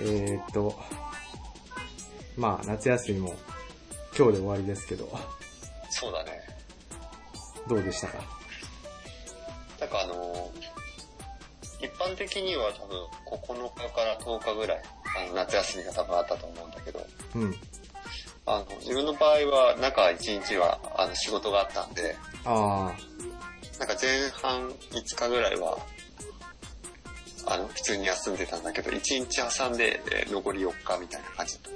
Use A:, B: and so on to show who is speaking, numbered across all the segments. A: えー、っと、まあ、夏休みも今日で終わりですけど、
B: そうだね。
A: どうでしたか
B: なんかあのー、一般的には多分9日から10日ぐらい、あの夏休みが多分あったと思うんだけど、
A: うん。
B: あの、自分の場合は中1日はあの仕事があったんで、
A: あ
B: なんか前半5日ぐらいは、あの、普通に休んでたんだけど、1日挟んで、えー残り4日みたいな感じだっ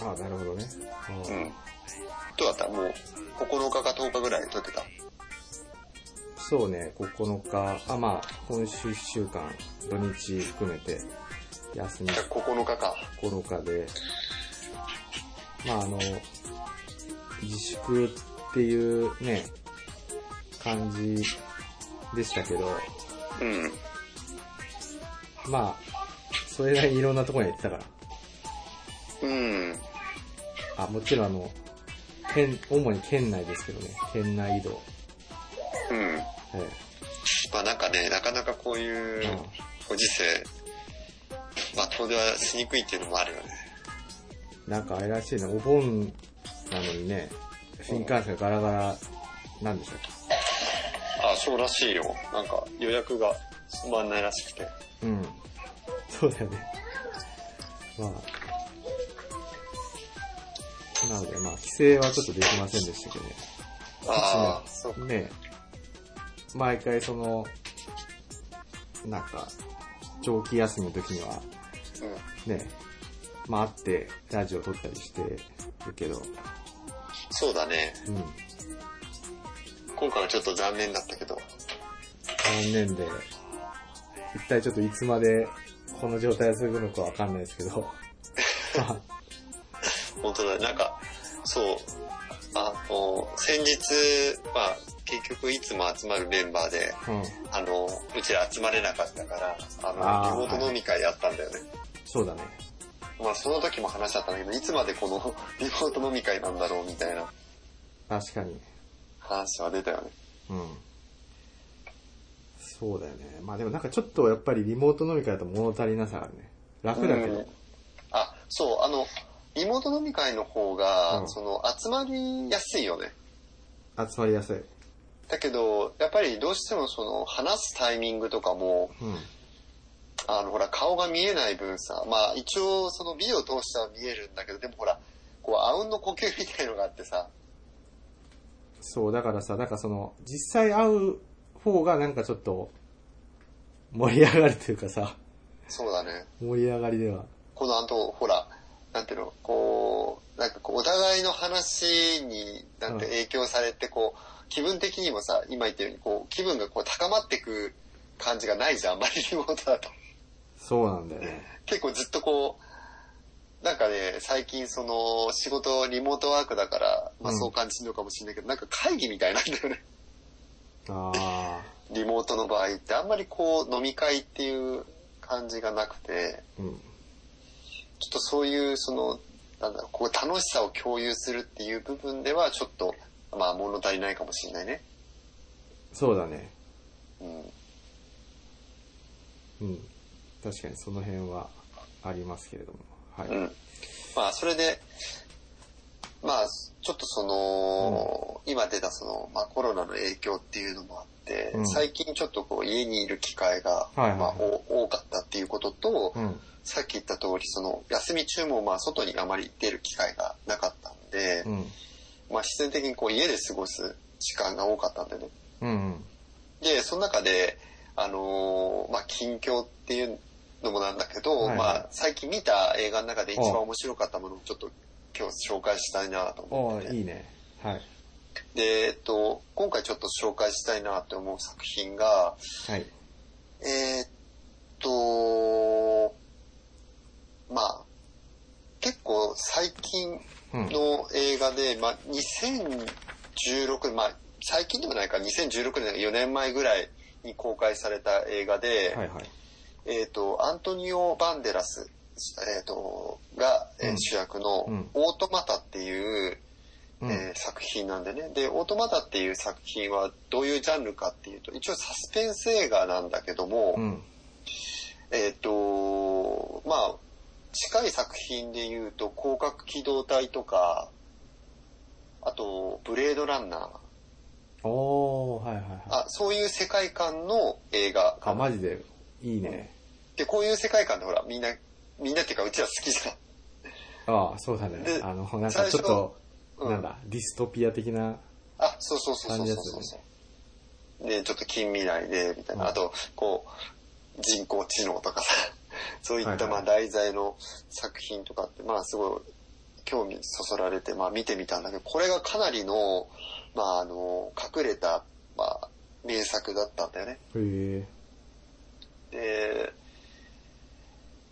A: あ、ああ、なるほどね。あ
B: た。
A: ー
B: うん。どうだったもう、9日か10日ぐらい取ってた。
A: そうね、9日、あ、まあ、今週1週間、土日含めて、休み
B: じゃあ9日か。
A: 9日で、まああの、自粛っていうね、感じでしたけど、
B: うん。
A: まあ、それなりにいろんなところに行ったから。
B: うん。
A: あ、もちろんあの、県、主に県内ですけどね、県内移動。
B: うん。
A: え
B: まあなんかね、なかなかこうい
A: え
B: うご時世、まあ遠出はしにくいっていうのもあるよね。
A: うんなんかあれらしいね、お盆なのにね、新幹線ガラガラなんでしょ
B: あ、そうらしいよ。なんか予約が進まんないらしくて。
A: う。うん。そうだよね。まあ。なので、まあ、帰省はちょっとできませんでしたけど、
B: ああ、そうか。
A: ね毎回その、なんか、長期休みの時には、
B: うん。
A: ねまあ会って、ラジオ撮ったりしてるけど、
B: そうだね。
A: うん、
B: 今回はちょっと残念だったけど。
A: 残念で、一体ちょっといつまでこの状態が続くのかわかんないですけど、 まあ
B: 本当だ、なんか、そう、あの、先日、まあ、結局いつも集まるメンバーで、
A: うん、
B: あの、うちら集まれなかったから、あ
A: あー
B: の、リモート飲み会やったんだよね。
A: そうだね。
B: まあ、その時も話しちゃったんだけど、いつまでこの リモート飲み会なんだろうみたいな
A: 確かに。
B: 話は出たよね。
A: うん。そうだよね。まあでもなんかちょっとやっぱりリモート飲み会だと物足りなさがあるね。楽だけど。
B: うんあ、そう、あの、リモート飲み会の方が、
A: うん
B: その、集まりやすいよね。
A: 集まりやすい。
B: だけど、やっぱりどうしてもその、話すタイミングとかも、
A: うん。
B: あの、ほら、顔が見えない分さ、まあ、一応、そのビデオ通しては見えるんだけど、でもほら、こう、あうんの呼吸みたいのがあってさ、
A: そう、だからさ、なんかその、実際会う方がなんかちょっと、盛り上がるというかさ、
B: そうだね。
A: 盛り上がりでは。
B: この後、ほら、なんていうの、こう、なんかこう、お互いの話に、なんて
A: うん
B: 影響されて、こう、気分的にもさ、今言ったように、こう、気分がこう、高まってく感じがないじゃん、あんまりリモートだと。
A: そうなんだよね。
B: 結構ずっとこう、なんかね、最近その、仕事、リモートワークだから、まあ
A: うん
B: そう感じるのかもしれないけど、なんか会議みたいなんだよね。
A: ああ、
B: リモートの場合ってあんまりこう飲み会っていう感じがなくて、
A: うん。
B: ちょっとそういうその、なんだろう、こう楽しさを共有するっていう部分ではちょっと、まあ物足りないかもしれないね。
A: そうだね。
B: うん。
A: うん。確かにその辺はありますけれども。はい。
B: うん。まあそれで、まあちょっとその、今出たその、まあコロナの影響っていうのもあって、
A: うん
B: 最近ちょっとこう家にいる機会が、
A: はいはいはい
B: まあお多かったっていうことと、
A: うん。
B: さっき言った通り、その、休み中も、まあ、外にあまり出る機会がなかったんで、
A: うん。
B: まあ、必然的にこう、家で過ごす時間が多かったんだよね。
A: うん。
B: で、その中で、あのーまあ、近況っていうのもなんだけど、
A: はいはい
B: まあ、最近見た映画の中で一番面白かったものをちょっと今日紹介したいなと
A: お
B: 思って
A: ー
B: て、
A: いいね。はい。
B: で、えっと、今回ちょっと紹介したいなと思う作品が、
A: はい。
B: えーっと、まあ、結構最近
A: うん。
B: の映画で、まあ、2016、まあ、最近でもないか、2016年、4年前ぐらいに公開された映画で、
A: はいはい。
B: えーっと、アントニオ・バンデラス、えーっと、が、えー
A: うん
B: 主役の、
A: うん
B: オートマタっていう、
A: うん。
B: えー作品なんでね。で、オートマタっていう作品はどういうジャンルかっていうと、一応サスペンス映画なんだけども、
A: うん。
B: えっ、と、まあ、近い作品で言うと、広角機動隊とか、あと、ブレードランナー。
A: おー、はいはいはい。
B: あ、そういう世界観の映画。
A: あ、マジで、いいね。
B: で、こういう世界観でほら、みんな、みんなっていうか、うちら好きじゃん。
A: ああ、そうだね。
B: で
A: あの、なんかちょっと、
B: うん
A: なんだ、ディストピア的な、
B: あ、そうそうそうそうそうそう
A: 感じ
B: そう。で、ちょっと近未来で、みたいな。
A: うん
B: あと、こう、人工知能とかさ、 そういった、
A: はいは
B: ま
A: い
B: あ、題材の作品とかって、まあ、すごい、興味そそられて、まあ、見てみたんだけど、これがかなりの、まあ、あの、隠れた、まあ、名作だったんだよね。
A: へえ。
B: で、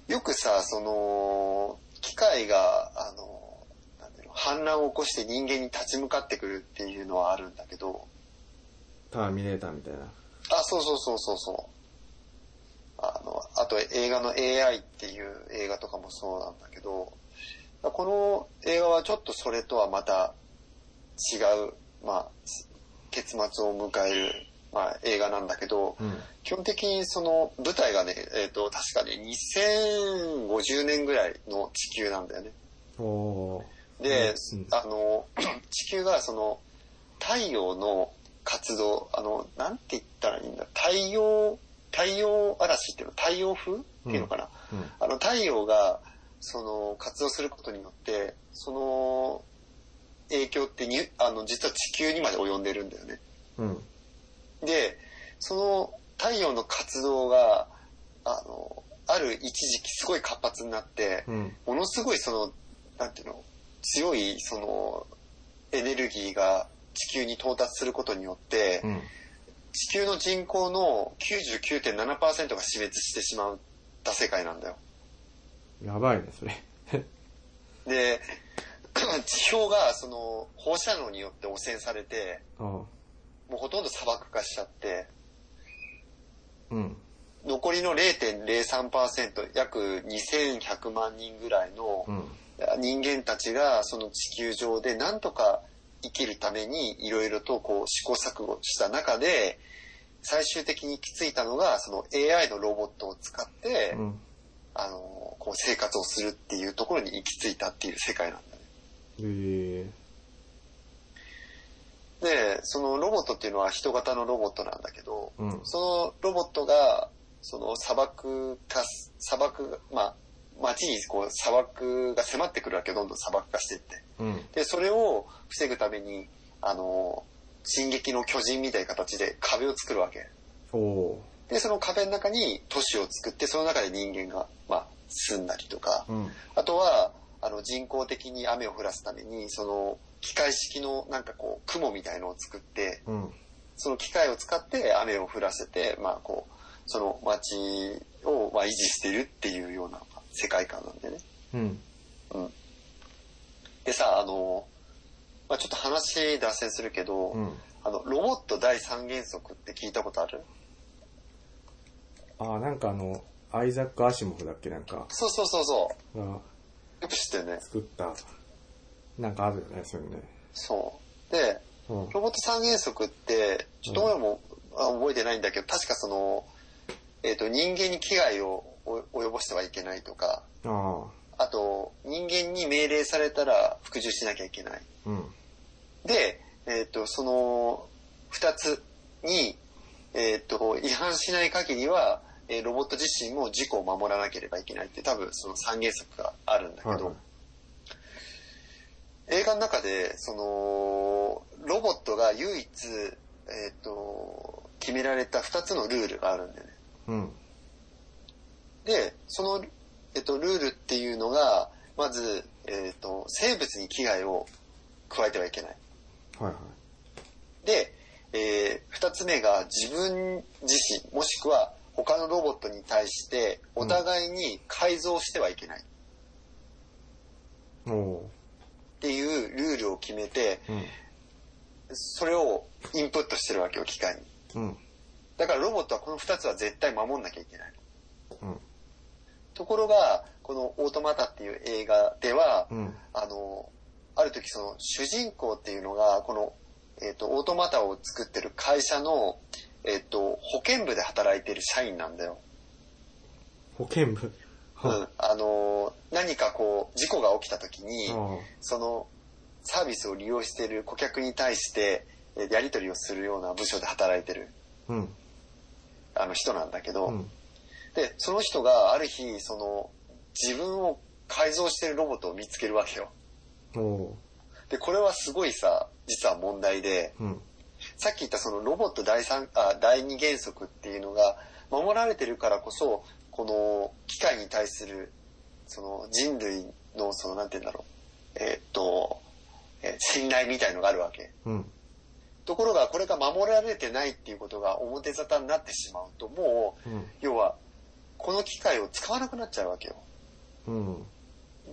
B: よくさ、その、機械が、あの、なんていうの、反乱を起こして人間に立ち向かってくるっていうのはあるんだけど、
A: ターミネーターみたいな。
B: あ、そうそうそうそうそう。あの、あと映画の AI っていう映画とかもそうなんだけど、この映画はちょっとそれとはまた違う、まあ、し結末を迎える、まあ、映画なんだけど、
A: うん。
B: 基本的にその舞台がね、えっ、と、確かね、2050年ぐらいの地球なんだよね。
A: おー。
B: で、
A: うん
B: あの、 地球がその、太陽の活動、あの、なんて言ったらいいんだ、太陽、太陽嵐っていうの、太陽風っていうのかな。
A: うん。
B: あの、太陽が、その、活動することによって、その、影響ってに、あの、実は地球にまで及んでるんだよね。
A: うん。
B: で、その太陽の活動が、あの、ある一時期すごい活発になって、
A: うん。
B: ものすごいその、なんていうの、強いそのエネルギーが地球に到達することによって、
A: うん。
B: 地球の人口の99.7%が死滅してしまった世界なんだよ。
A: やばいね、それ。
B: で、 地表がその放射能によって汚染されて、
A: あ
B: もうほとんど砂漠化しちゃって、
A: うん。
B: 残りの0.03%、約2100万人ぐらいの
A: うん。
B: 人間たちがその地球上でなんとか生きるためにいろいろとこう試行錯誤した中で最終的に行き着いたのがその AI のロボットを使って、
A: うん。
B: あのこう生活をするっていうところに行き着いたっていう世界なんだね。
A: へえ。
B: でそのロボットっていうのは人型のロボットなんだけど
A: うん。
B: そのロボットがその砂漠化す砂漠がまあ街にこう砂漠が迫ってくるわけよどんどん砂漠化していって。
A: うん。
B: で、それを防ぐために、あの、進撃の巨人みたいな形で壁を作るわけ。
A: おお
B: で、その壁の中に都市を作って、その中で人間が、まあ、住んだりとか
A: ー。、うん。
B: あとは、あの、人工的に雨を降らすために、その、機械式のなんかこう、雲みたいのを作って、
A: うん。
B: その機械を使って雨を降らせて、まあこう、その街を、まあ、維持してるっていうような世界観なんでね。
A: うん。
B: でさ、あの、まあちょっと話脱線するけど、
A: うん。
B: あの、ロボット第三原則って聞いたことある
A: ああ、なんかあの、アイザック・アシモフだっけなんか、
B: そうそうそうそう。
A: が
B: よく知ってるね。
A: 作った、なんかあるよね、そういうのね。
B: そう。で、
A: うん。
B: ロボット三原則って、ちょっと俺も、あ覚えてないんだけど、確かその、えっ、と、人間に危害をお及ぼしてはいけないとか、
A: ああ。
B: あと、人間に命令されたら服従しなきゃいけない。
A: うん。
B: で、えっ、と、その、二つに、えっ、と、違反しない限りは、えーロボット自身も自己を守らなければいけないって多分その三原則があるんだけど、
A: はいはい。
B: 映画の中で、その、ロボットが唯一、えっ、と、決められた2つのルールがあるんだよね。
A: うん。
B: で、その、えっ、と、ルールっていうのが、まず、えっ、と、生物に危害を加えてはいけない。
A: はいはい。
B: で、え2つ目が自分自身、もしくは他のロボットに対して、お互いに改造してはいけないっ
A: おお
B: ていうルールを決めて、
A: ー。
B: それをインプットしてるわけよ、機械に。
A: うん。うん。
B: だからロボットはこの2つは絶対守んなきゃいけない。
A: うん。
B: ところが、このオートマタっていう映画では、
A: うん。
B: あの、ある時その主人公っていうのが、この、えっ、と、オートマタを作ってる会社の、えっ、と、保健部で働いてる社員なんだよ。
A: 保健部。
B: う
A: は
B: ん、あのー何かこう事故が起きた時
A: い
B: に、
A: は
B: そのサービスを利用している顧客に対してえーやり取りをするような部署で働いてる
A: いうん。
B: あの人なんだけど、
A: うん。
B: でその人がある日その自分を改造してるロボットを見つけるわけよ。
A: お
B: でこれはすごいさ実は問題で
A: ーうん。
B: さっき言ったそのロボット第三あ第二原則っていうのが守られてるからこそこの機械に対するその人類のそのなんて言うんだろうえーっと、えー信頼みたいのがあるわけ。
A: うん。
B: ところがこれが守られてないっていうことが表沙汰になってしまうともう
A: うん。
B: 要はこの機械を使わなくなっちゃうわけよ。
A: うん。
B: っ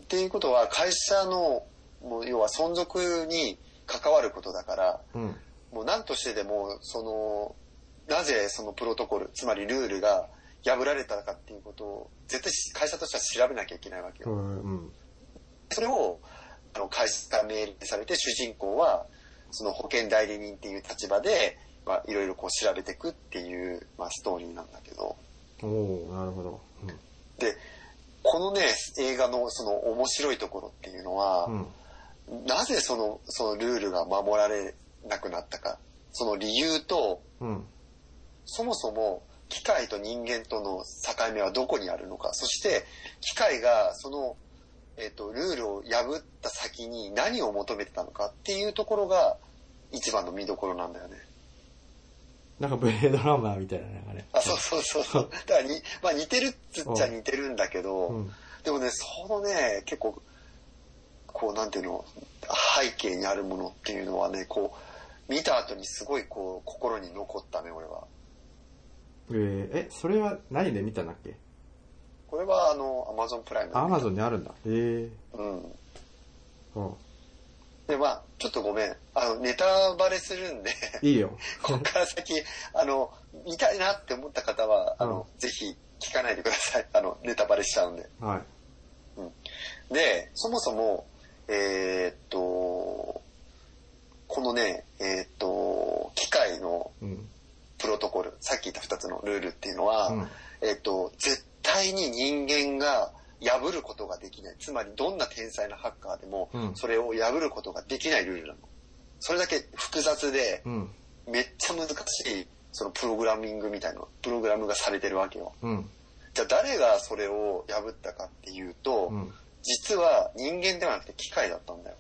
B: ていうことは会社のもう要は存続に関わることだから
A: うん。
B: もう何としてでも、その、なぜそのプロトコル、つまりルールが破られたかっていうことを、絶対し会社としては調べなきゃいけないわけ
A: う
B: よ。
A: ん。うん。
B: それを、あの、会社から命令されて、主人公は、その保険代理人っていう立場で、まあ、いろいろこう調べていくっていう、まあ、ストーリーなんだけど、
A: おーなるほど。
B: このね、映画のその面白いところっていうのは、
A: うん。うん。
B: なぜその、そのルールが守られなくなったか、その理由と、
A: うん。
B: そもそも機械と人間との境目はどこにあるのか、そして機械がその、えっ、と、ルールを破った先に何を求めてたのかっていうところが一番の見どころなんだよね。
A: なんかブレードランナーみたいなね、あれ。
B: あ、そうそうそ うそう。だからに、まあ似てるっつっちゃ似てるんだけど、
A: うん。
B: でもね、そのね、結構、こうなんていうの、背景にあるものっていうのはね、こう、見た後にすごいこう、心に残ったね、俺は。
A: えーえ、それは何で見たんだっけ
B: これはあの、アマゾンプライムで
A: アマゾンにあるんだ。えー
B: うん。
A: うん。
B: で、まあ、ちょっとごめん。あの、ネタバレするんで、
A: いいよ。
B: こっから先、あの、見たいなって思った方は、あの、ぜひ聞かないでください。あの、ネタバレしちゃうんで。
A: はい。
B: で、そもそも、えーっと、このね、えーっと、機械の
A: うん。
B: プロトコル、さっき言った2つのルールっていうのは、
A: うん。
B: えーっと、絶対に人間が破ることができない。つまり、どんな天才なハッカーでも、
A: うん
B: それを破ることができないルールなの。それだけ複雑で、
A: うん。
B: めっちゃ難しい、そのプログラミングみたいな、プログラムがされてるわけよ。
A: うん。
B: じゃあ誰がそれを破ったかっていうと、
A: うん。
B: 実は人間ではなくて機械だったんだよ。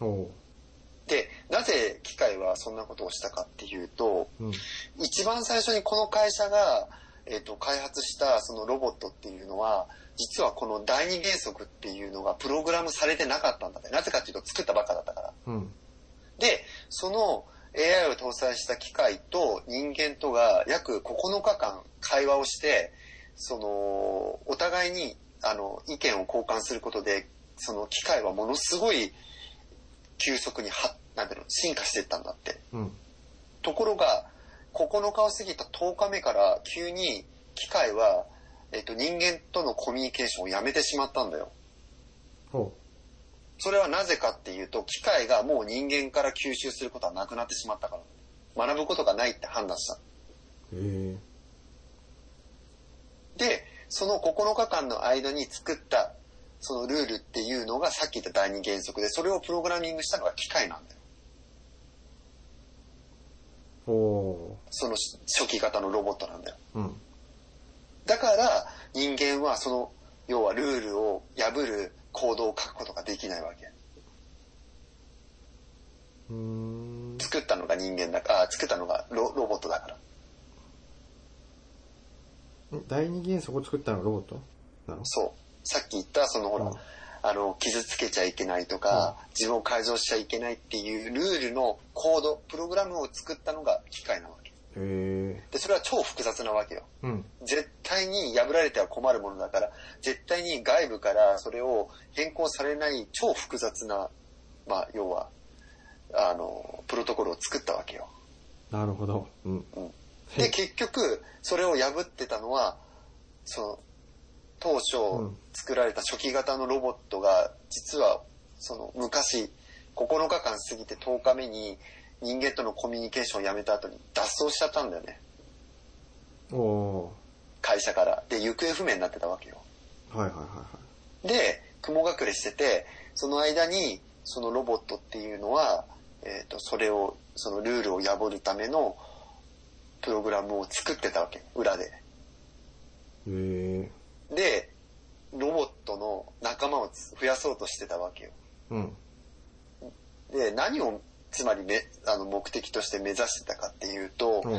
A: おー
B: で、なぜ機械はそんなことをしたかっていうと、
A: うん。
B: 一番最初にこの会社が、えっと開発したそのロボットっていうのは、実はこの第二原則っていうのがプログラムされてなかったんだね。なぜかっていうと作ったばっかだったから。
A: うん。
B: で、その AI を搭載した機械と人間とが約9日間会話をして、その、お互いに、あの、意見を交換することで、その機械はものすごい急速には、なんていうの、進化していったんだって。
A: うん。
B: ところが、9日を過ぎた10日目から急に機械は、えっと、人間とのコミュニケーションをやめてしまったんだよ。
A: おー
B: それはなぜかっていうと、機械がもう人間から吸収することはなくなってしまったから。学ぶことがないって判断した。
A: えー
B: で、その9日間の間に作った、そのルールっていうのがさっき言った第二原則で、それをプログラミングしたのが機械なんだよ。
A: おー
B: その初期型のロボットなんだよ。
A: うん。
B: だから、人間はその、要はルールを破る行動を書くことができないわけ。
A: うーん。
B: 作ったのが人間だから、あ作ったのがロロボットだから。
A: 第二原則を作ったのはロボットなの
B: そう。さっき言った、そのほら、
A: うん
B: あの、傷つけちゃいけないとか、自分を改造しちゃいけないっていうルールのコード、プログラムを作ったのが機械なわけ。
A: へ
B: で、それは超複雑なわけよ。
A: え。うん。
B: 絶対に破られては困るものだから、絶対に外部からそれを変更されない超複雑な、まあ、要は、あの、プロトコルを作ったわけよ。
A: なるほど。うん。
B: で、結局、それを破ってたのは、その、当
A: う
B: 初
A: ん
B: 作られた初期型のロボットが、実は、その、昔、9日間過ぎて10日目に、人間とのコミュニケーションをやめた後に脱走しちゃったんだよね。
A: おー
B: 完会社から。で、行方不明になってたわけよ。
A: はいはいはいはい。
B: で、雲隠れしてて、その間に、そのロボットっていうのは、えっ、と、それを、そのルールを破るための、プログラムを作ってたわけ、裏で。
A: へえ。
B: で、ロボットの仲間をつ増やそうとしてたわけよ。
A: うん。
B: で、何を、つまりめ、あの、目的として目指してたかっていうと、
A: おう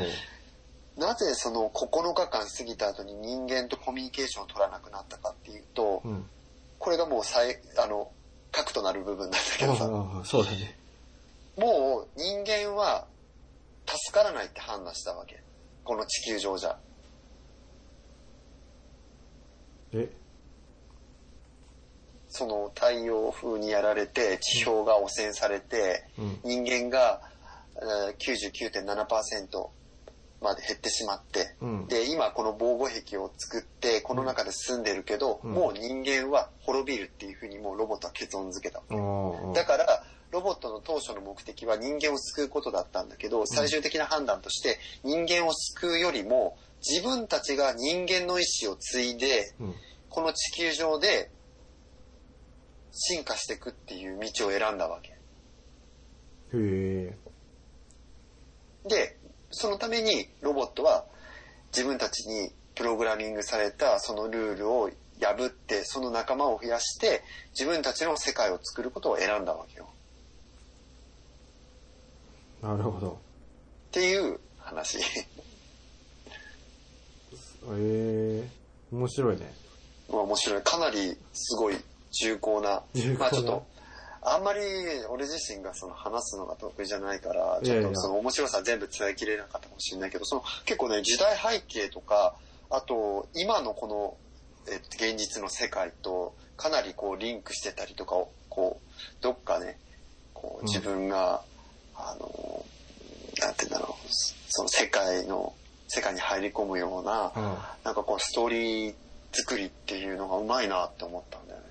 B: なぜその9日間過ぎた後に人間とコミュニケーションを取らなくなったかっていうと、
A: うん。
B: これがもう最、あの、核となる部分なんだけどさ、
A: ああ、そうだね。
B: もう人間は助からないって判断したわけ。この地球上じゃ。
A: え、
B: その太陽風にやられて、地表が汚染されて、
A: うん。
B: 人間がえー99.7%まで減ってしまって、
A: うん。
B: で、今この防護壁を作って、この中で住んでるけど、
A: うん
B: もう人間は滅びるっていうふうにもうロボットは結論付けた。
A: ああ。
B: だから、ロボットの当初の目的は人間を救うことだったんだけど、最終的な判断として人間を救うよりも、自分たちが人間の意志を継いで、
A: うん。
B: この地球上で進化していくっていう道を選んだわけ。
A: へえ。
B: で、そのためにロボットは自分たちにプログラミングされたそのルールを破って、その仲間を増やして、自分たちの世界を作ることを選んだわけよ。
A: なるほど。
B: っていう話。
A: ええ。面白いね。
B: まあ面白い。かなりすごい重厚な。
A: 重厚な
B: まあちょっと、あんまり俺自身がその話すのが得意じゃないから、
A: い
B: ち
A: やい
B: ょ
A: や
B: っとその面白さ全部伝えきれなかったかもしれないけど、その結構ね、時代背景とか、あと今のこの、えっと現実の世界とかなりこうリンクしてたりとかを、こう、どっかね、こう
A: うん
B: 自分が、あの、なんて言うんだろう、その世界の、世界に入り込むような、
A: あ
B: なんかこうストーリー作りっていうのがうまいなって思ったんだよね。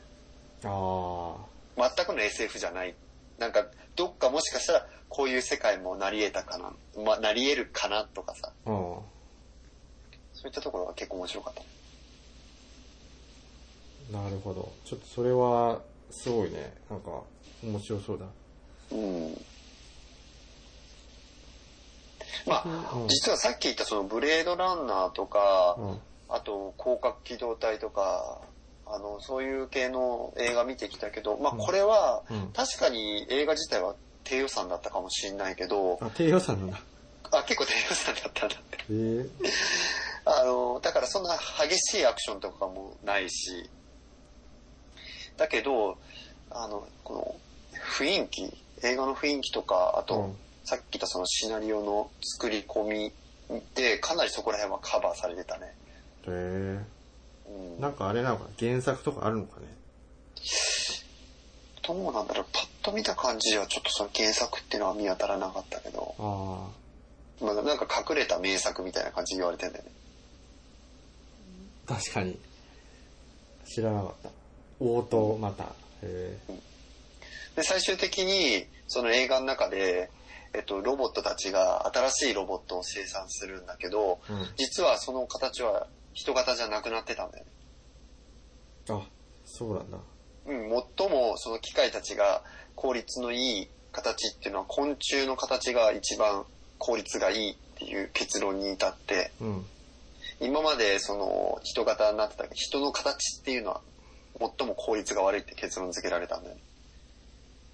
A: あ。あ
B: 全くの SF じゃない。なんかどっかもしかしたらこういう世界もなり得たかな、まあ、なり得るかなとかさ、
A: あ。うん。
B: そういったところが結構面白かった。
A: なるほど。ちょっとそれは、すごいね。なんか、面白そうだ。
B: うん。ま
A: う
B: あ
A: ん、
B: 実はさっき言ったそのブレードランナーとか、
A: うん。
B: あと広角機動隊とか、あの、そういう系の映画見てきたけど、まあこれは
A: うん。
B: 確かに映画自体は低予算だったかもしれないけど、
A: あ、低予算なんだ。
B: あ、結構低予算だったんだって。
A: ええ。
B: あの、だからそんな激しいアクションとかもないし、だけど、あの、この雰囲気、映画の雰囲気とか、あと、
A: うん
B: さっき言ったそのシナリオの作り込みで、かなりそこら辺はカバーされてたね。
A: へ
B: う
A: え。
B: ん。
A: なんかあれなのかな原作とかあるのかね
B: どうなんだろう、パッと見た感じではちょっとその原作っていうのは見当たらなかったけど、
A: あ
B: まあ、なんか隠れた名作みたいな感じで言われてんだよね。
A: あ。確かに。知らなかった。オートマタ。へ
B: で、最終的に、その映画の中で、えっと、ロボットたちが新しいロボットを生産するんだけど、
A: え。うん。
B: 実はその形は人型じゃなくなってたんだよね。
A: あ、そうなんだ。
B: うん、最もその機械たちが効率のいい形っていうのは昆虫の形が一番効率がいいっていう結論に至って、
A: うん。
B: 今までその人型になってたけど、人の形っていうのは最も効率が悪いって結論付けられたんだよね。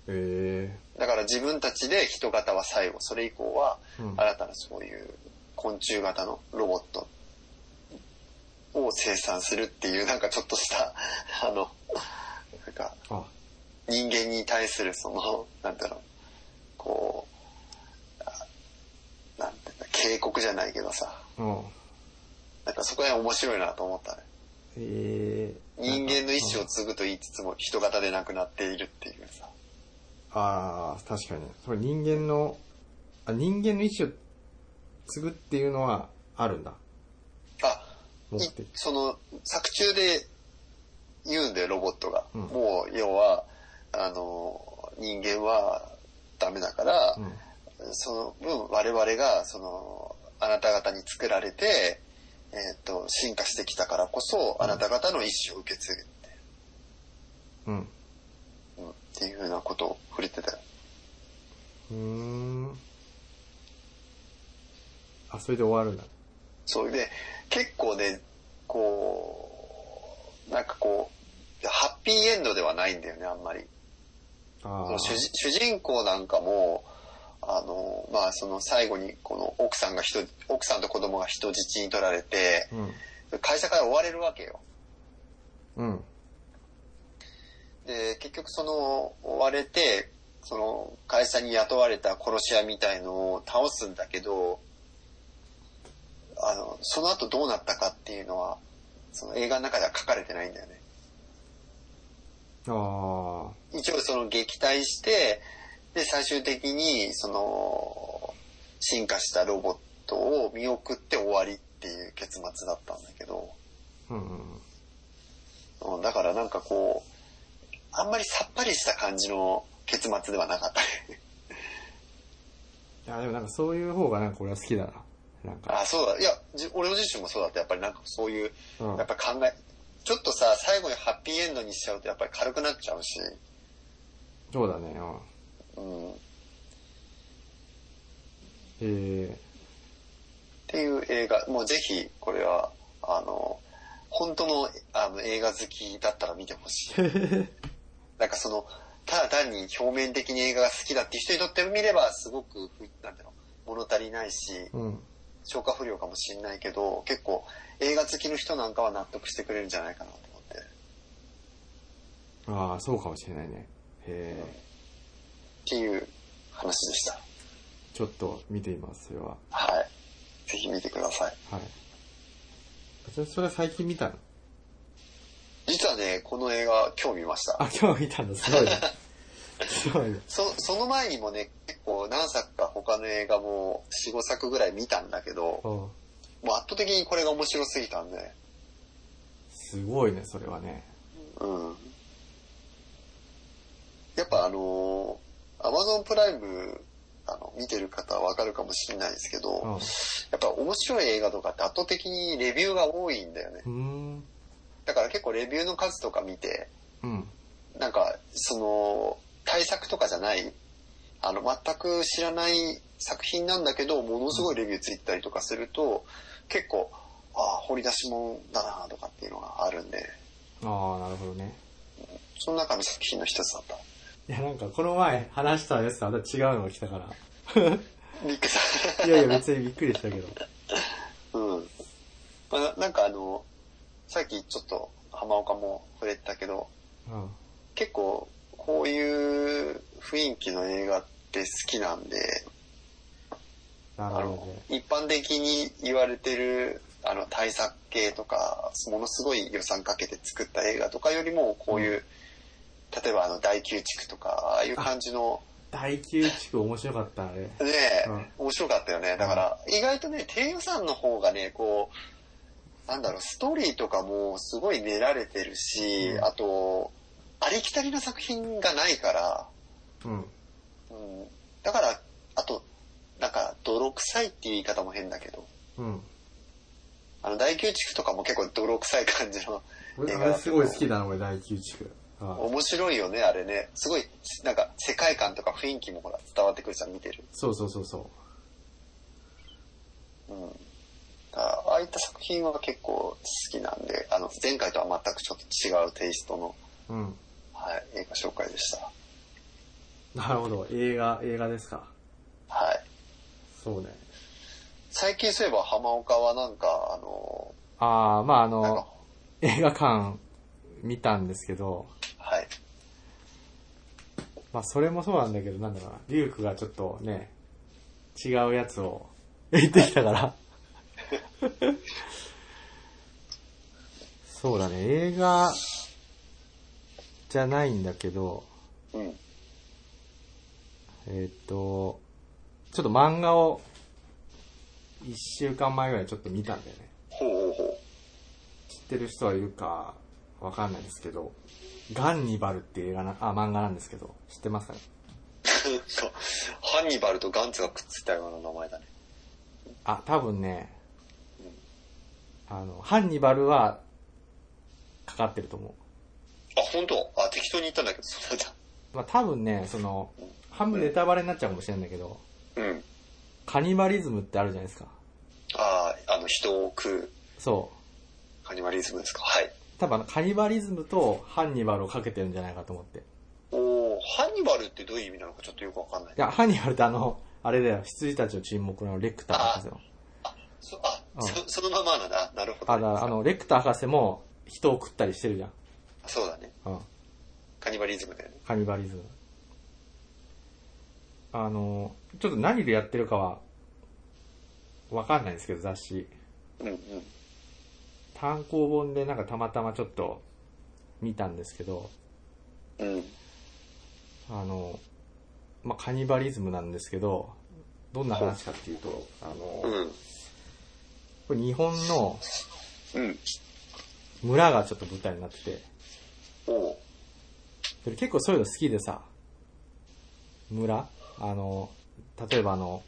A: へえ。
B: だから自分たちで人型は最後、それ以降は
A: うん。
B: 新たなそういう昆虫型のロボットを生産するっていうなんかちょっとした あのなんか
A: あ、
B: 人間に対するそのなんだろうこうあなんていうんだ警告じゃないけどさ
A: うん。
B: なんかそこら辺面白いなと思ったね
A: ええ。
B: 人間の意志
A: なん
B: を
A: か。
B: 継ぐと言いつつも人型でなくなっているっていうさ
A: ああ、確かに。それ人間の、あ、人間の意志を継ぐっていうのはあるんだ。
B: あ
A: 持
B: い
A: って。
B: その作中で言うんだよロボットが、
A: うん
B: もう要はあの人間はダメだから
A: う、ん。
B: その分我々がそのあなた方に作られてえっ、と、進化してきたからこそ、あなた方の意思を受け継
A: うん。
B: ぐ、うん、っていうふうなことを触れてたよ。
A: うーん。あ、それで終わるんだ。
B: それで、結構ね、こう、なんかこう、ハッピーエンドではないんだよね、あんまり。
A: あ
B: そ
A: あ
B: の。主人主人公なんかも、あの、まあ、その最後に、この奥さんが人、奥さんと子供が人質に取られて、会社から追われるわけよ。
A: うん。うん。
B: で、結局その、追われて、その、会社に雇われた殺し屋みたいのを倒すんだけど、あの、その後どうなったかっていうのは、その映画の中では書かれてないんだよね。
A: あ
B: 一応その撃退して、で、最終的に、その、進化したロボットを見送って終わりっていう結末だったんだけど、
A: あ。うんうんうん。
B: うん、だからなんかこう、あんまりさっぱりした感じの結末ではなかったね。
A: いや、でもなんかそういう方がなんか俺は好きだな。なんか。
B: あ、そうだ。いや、じ俺自身もそうだった。やっぱりなんかそういう、
A: うん
B: やっぱ考え、ちょっとさ、最後にハッピーエンドにしちゃうとやっぱり軽くなっちゃうし、
A: そうだね。うん。
B: うん。っ
A: ええ
B: ていう映画、もうぜひ、これは、あの、本当のあの映画好きだったら見てほしい。なんかその、ただ単に表面的に映画が好きだっていう人にとって見れば、すごく、ふなんていうの、物足りないし、
A: うん。
B: 消化不良かもしんないけど、結構映画好きの人なんかは納得してくれるんじゃないかなと思って。
A: ああ、そうかもしれないね。へえ。
B: っていう話でした。
A: ちょっと見てみます、それは。
B: はい。ぜひ見てください。
A: はい。それ、それは最近見たの
B: 実はね、この映画、今日見ました。
A: あ、今日見たんだ、すご いね。すごいね。
B: そその前にもね、結構何作か他の映画も4、5作ぐらい見たんだけど、
A: うん
B: もう圧倒的にこれが面白すぎたんで、
A: すごいね、それはね。
B: うん。やっぱあのー、Amazon プライム、あの、見てる方はわかるかもしれないですけど、
A: うん。う
B: やっぱ面白い映画とかって圧倒的にレビューが多いんだよね。
A: ーん。
B: だから結構レビューの数とか見て、
A: うん。
B: なんか、その、対策とかじゃない、あの、全く知らない作品なんだけど、ものすごいレビューついてたりとかすると、結構、ああ、掘り出し物だなとかっていうのがあるんで、
A: ああ、なるほどね。
B: その中の作品の一つだった。
A: いや、なんかこの前話したやつとまた違うのが来たから。
B: びっくりした。
A: いやいや、別にびっくりしたけど。
B: うん。まあな、なんかあの、さっきちょっと浜岡も触れてたけど、
A: うん。
B: 結構こういう雰囲気の映画って好きなんで、
A: な
B: あ
A: る
B: の
A: ほ
B: 一般的に言われてるあの対策系とかものすごい予算かけて作った映画とかよりもこういう、例えばあの大宮地区とかああいう感じの
A: ど。大宮地区面白かった、あれ。
B: ね、
A: うん
B: 面白かったよねだから意外とね低予算の方がねこうなんだろうストーリーとかもすごい練られてるし、
A: うん
B: あとありきたりな作品がないから、
A: うん。
B: うん、だからあとなんか泥臭いっていう言い方も変だけど
A: うん。
B: あの、大宮地区とかも結構泥臭い感じの、
A: 俺、
B: 映
A: あ
B: 画だ
A: れすごい好きだな、俺、大宮地区。うん
B: 面白いよね、あれね。すごい、なんか、世界観とか雰囲気もほら、伝わってくるじゃん、見てる。
A: そうそうそうそう。
B: うん。だからああいった作品は結構好きなんで、あの、前回とは全くちょっと違うテイストの、
A: うん。
B: はい、映画紹介でした。
A: なるほど。映画、映画ですか。
B: はい。
A: そうね。
B: 最近そういえば、浜岡はなんか、あの、
A: ああ、まああ
B: なんか
A: の、、映画館見たんですけど、
B: はい。
A: まあそれもそうなんだけど、なんだろうな。リュウクがちょっとね、違うやつを 言ってきたから。そうだね、映画じゃないんだけど、
B: うん。
A: えーっ、と、ちょっと漫画を一週間前ぐらいちょっと見たんだよね。
B: ほうほう ほ
A: 知ってる人はいるかわかんないですけど、ガンニバルっていう映画な、あ、漫画なんですけど、知ってますかね
B: う。なんか、ハンニバルとガンツがくっついたような名前だね。
A: あ、多分ね、あの、ハンニバルは、かかってると思
B: あ、本当あ、適当に言ったんだけど、そうだ。
A: う。まあ、多分ね、その、半分ネタバレになっちゃうかもしれないんだけど、
B: うん。
A: カニバリズムってあるじゃないですか。
B: ああ、あの、人を食う
A: そう。
B: カニバリズムですか。はい。
A: 多分あのカニバリズムとハンニバルをかけてるんじゃないかと思って。い
B: おおハンニバルってどういう意味なのかちょっとよくわかんない。
A: や、ハンニバルってあの、あれだよ、羊たちの沈黙のレクター博士の。
B: そあ、
A: うん
B: そそのままなんだ。なるほど、
A: あ、だからあの、レクター博士も人を食ったりしてるじゃん。
B: そうだね。
A: うん。
B: カニバリズムだよね。
A: カニバリズム。あの、ちょっと何でやってるかは、わかんないんですけど、雑誌。
B: うんうん。
A: 単行本でなんかたまたまちょっと見たんですけど、
B: うん。
A: あの、まあ、カニバリズムなんですけど、どんな話かっていうと、あの、
B: うん。
A: これ日本の
B: うん。
A: 村がちょっと舞台になってて、
B: おお
A: それ結構そういうの好きでさ、村あの、例えばあの、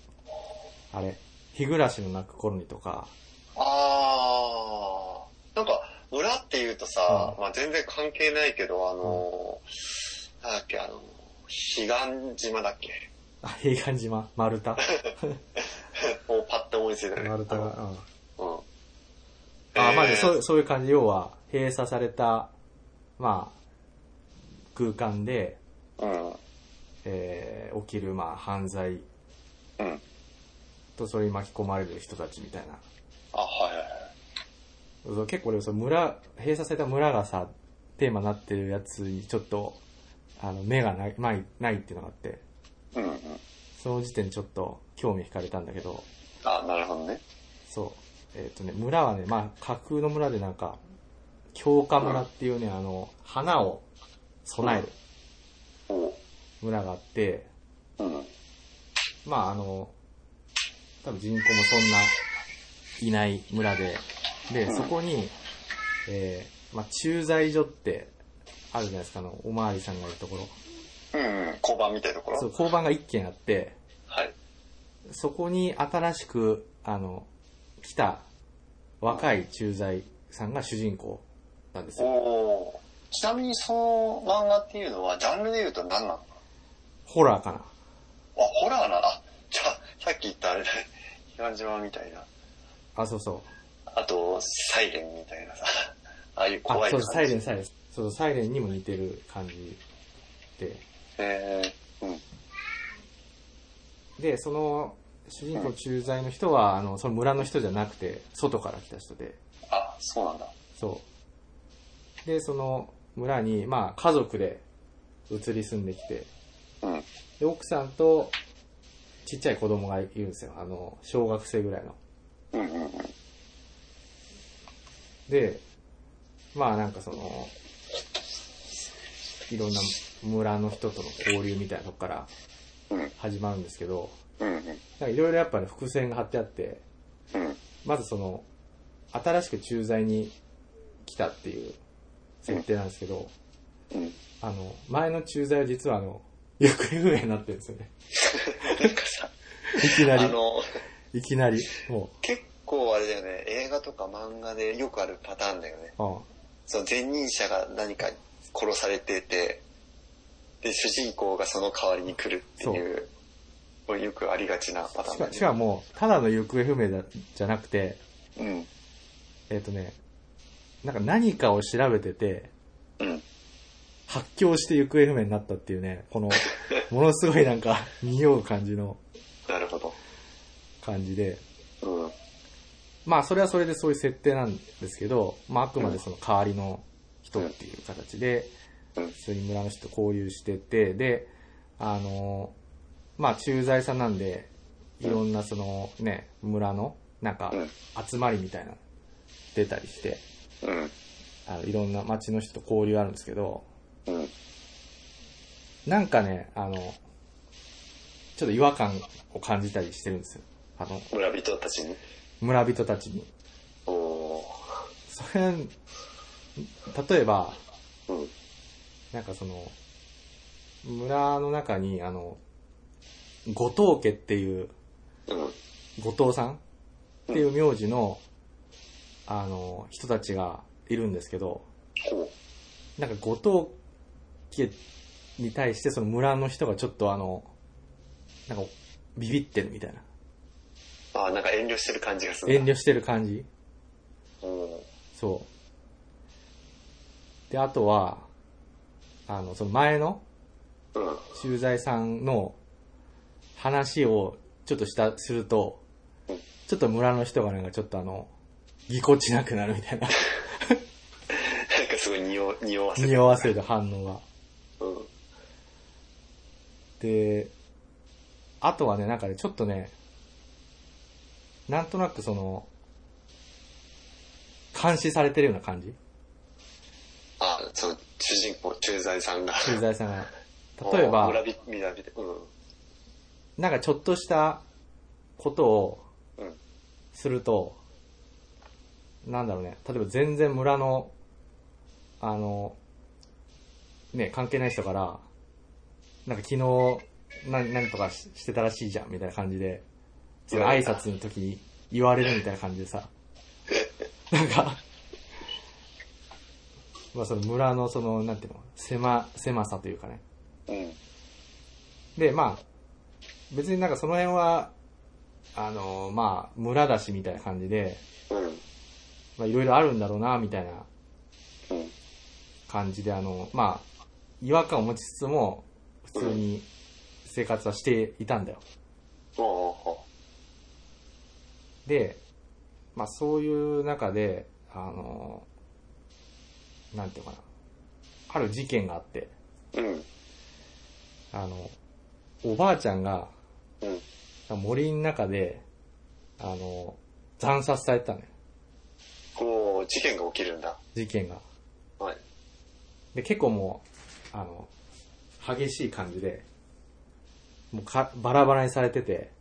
A: あれ、日暮らしの泣く頃にとか、
B: あー。なんか、村っていうとさ、
A: う
B: まあ全然関係ないけど、あのー、なんだっけ、あのー、彼岸島だっけ
A: あ、平安島、丸太。
B: をパッと思いついたね。
A: 丸太が、うん。
B: うん。。
A: あ、まあね、そうう、そういう感じ、要は、閉鎖された、まあ、空間で、
B: うん。
A: えー、起きる、まあ、犯罪
B: うん。
A: とそれに巻き込まれる人たちみたいな。
B: あ、はいはいはい。
A: そう結構俺、その村、閉鎖された村がさ、テーマになってるやつにちょっと、あの、目がない、ない、ないっていうのがあって、
B: うんうん。
A: その時点でちょっと興味惹かれたんだけど、
B: あ、なるほどね。
A: そう。えっ、とね、村はね、まあ、架空の村でなんか、京花村っていうね、あの、花を備える
B: おお
A: 村があって、
B: うん。
A: まあ、あの、多分人口もそんないない村で、で、
B: うん
A: そこに、えー、まあ、駐在所ってあるじゃないですか、あの、おまわりさんがいるところ。
B: うん、うん。交番みたいなところ
A: そう、交番が一軒あって、
B: はい。
A: そこに新しく、あの、来た若い駐在さんが主人公なんです
B: お
A: よ。
B: おーちなみにその漫画っていうのは、ジャンルで言うと何なのあ、
A: ホラーかな。
B: ホラーな。あ、じゃあ、さっき言ったあれだね。彼岸島みたいな。
A: あ、そうそう。
B: あと、サイレンみたいなさ。 ああいう
A: あ
B: 怖、い
A: そう
B: 感
A: そう、
B: じ。
A: サイレン、サイレン。そうそう、サイレンにも似てる感じで。
B: えー、うん。
A: で、その、主人公駐在の人は、あの、その村の人じゃなくて、外から来た人で、
B: あ、そうなんだ。
A: そう。で、その村に、まあ、家族で移り住んできて、
B: うん。
A: で、奥さんと、ちっちゃい子供がいるんですよ。あの、小学生ぐらいの。
B: うんうんうん。
A: で、まあなんかその、いろんな村の人との交流みたいなとこから
B: うん
A: 始まるんですけど、
B: うんうん。
A: なんかいろいろやっぱね、伏線が張ってあって、
B: うん。
A: まずその、新しく駐在に来たっていう設定なんですけど、
B: うん。
A: あの、前の駐在は実はあの、行方不明になってるんですよね。
B: なんかさ、
A: いきな
B: あ
A: り、
B: の、
A: いきなり、も
B: 結構あれだよね、映画とか漫画でよくあるパターンだよね。
A: う、うん、
B: その前任者が何か殺されてて、で、主人公がその代わりに来るっていう、これよくありがちなパター
A: し
B: ンだ
A: か
B: よね。
A: しかも、ただの行方不明だじゃなくて、
B: うん。
A: えっ、とね、なんか何かを調べてて、
B: うん。
A: 発狂して行方不明になったっていうね、こ の、ものすごいなんか、匂う感じの
B: なるほど。
A: 感じで、
B: うん。
A: まあそれはそれでそういう設定なんですけど、まああくまでその代わりの人っていう形で、
B: うん
A: 普通に村の人と交流してて、で、あの、まあ駐在さんなんで、いろんなそのね、村のなんか
B: うん
A: 集まりみたいなの出たりして、
B: うん。
A: あのいろんな町の人と交流あるんですけど、
B: うん。
A: なんかね、あの、ちょっと違和感を感じたりしてるんですよ。あの、
B: 村人たちに。
A: 村人たちに。
B: おお
A: それ、例えば、
B: ー。うん。
A: なんかその、村の中に、あの、後藤家っていう、
B: うん。
A: 後藤さんっていう名字の、あの、人たちがいるんですけど、
B: ほ
A: なんか後藤家に対してその村の人がちょっとあの、なんかビビってるみたいな。
B: う。ああ、なんか遠慮してる感じがする
A: 遠
B: な。
A: 慮してる感じ
B: うん。
A: そう。で、あとは、あの、その前の
B: うん。
A: 駐在さんの話をちょっとした、すると、ちょっと村の人がなんかちょっとあの、ぎこちなくなるみたいな、
B: なんかすごい匂匂わせる。
A: 匂わせる反応が。
B: うん。
A: で、あとはね、なんかね、ちょっとね、なんとなくその、監視されてるような感じ
B: ああ、その主人公、駐在さんが。
A: 駐在さんが。例えば、
B: 村び、村びで。うん。
A: なんかちょっとしたことを
B: うん。
A: すると、なんだろうね、例えば全然村の、あの、ね、関係ない人から、なんか昨日、な何とかししてたらしいじゃん、みたいな感じで、その挨拶の時に言われるみたいな感じで さ、なんか、まあその村のその、なんていうの、狭、狭さというかね、
B: うん。
A: で、まあ、別になんかその辺は、あの、まあ、村だしみたいな感じで、
B: うん。
A: まあ、いろいろあるんだろうな、みたいな
B: うん。
A: 感じで、あの、まあ、違和感を持ちつつも、普通に生活はしていたんだよ。
B: おうおうお
A: で、まあ、そういう中で、あの、なんていうのかな、ある事件があって、
B: ううん。
A: あの、おばあちゃんが
B: うん。
A: 森の中で、あの、惨殺されてたのよ、
B: こう、事件が起きるんだ。
A: 事件が。
B: はい。
A: で、結構もう、あの、激しい感じで、もうか、バラバラにされてて、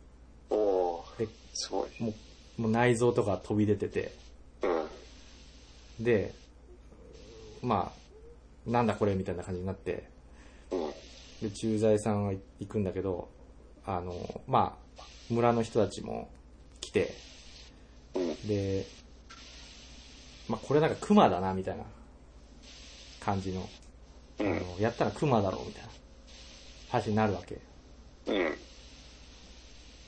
B: おお
A: で、
B: すごい。
A: もう、もう内臓とか飛び出てて、
B: うん。
A: で、まあ、なんだこれみたいな感じになって、
B: うん。
A: で、駐在さんは行くんだけど、あの、まあ、村の人たちも来て、
B: うん。
A: で、まあ、これなんか熊だな、みたいな感じの、あ
B: うん。
A: の、やったら熊だろう、みたいな話になるわけ。
B: うん。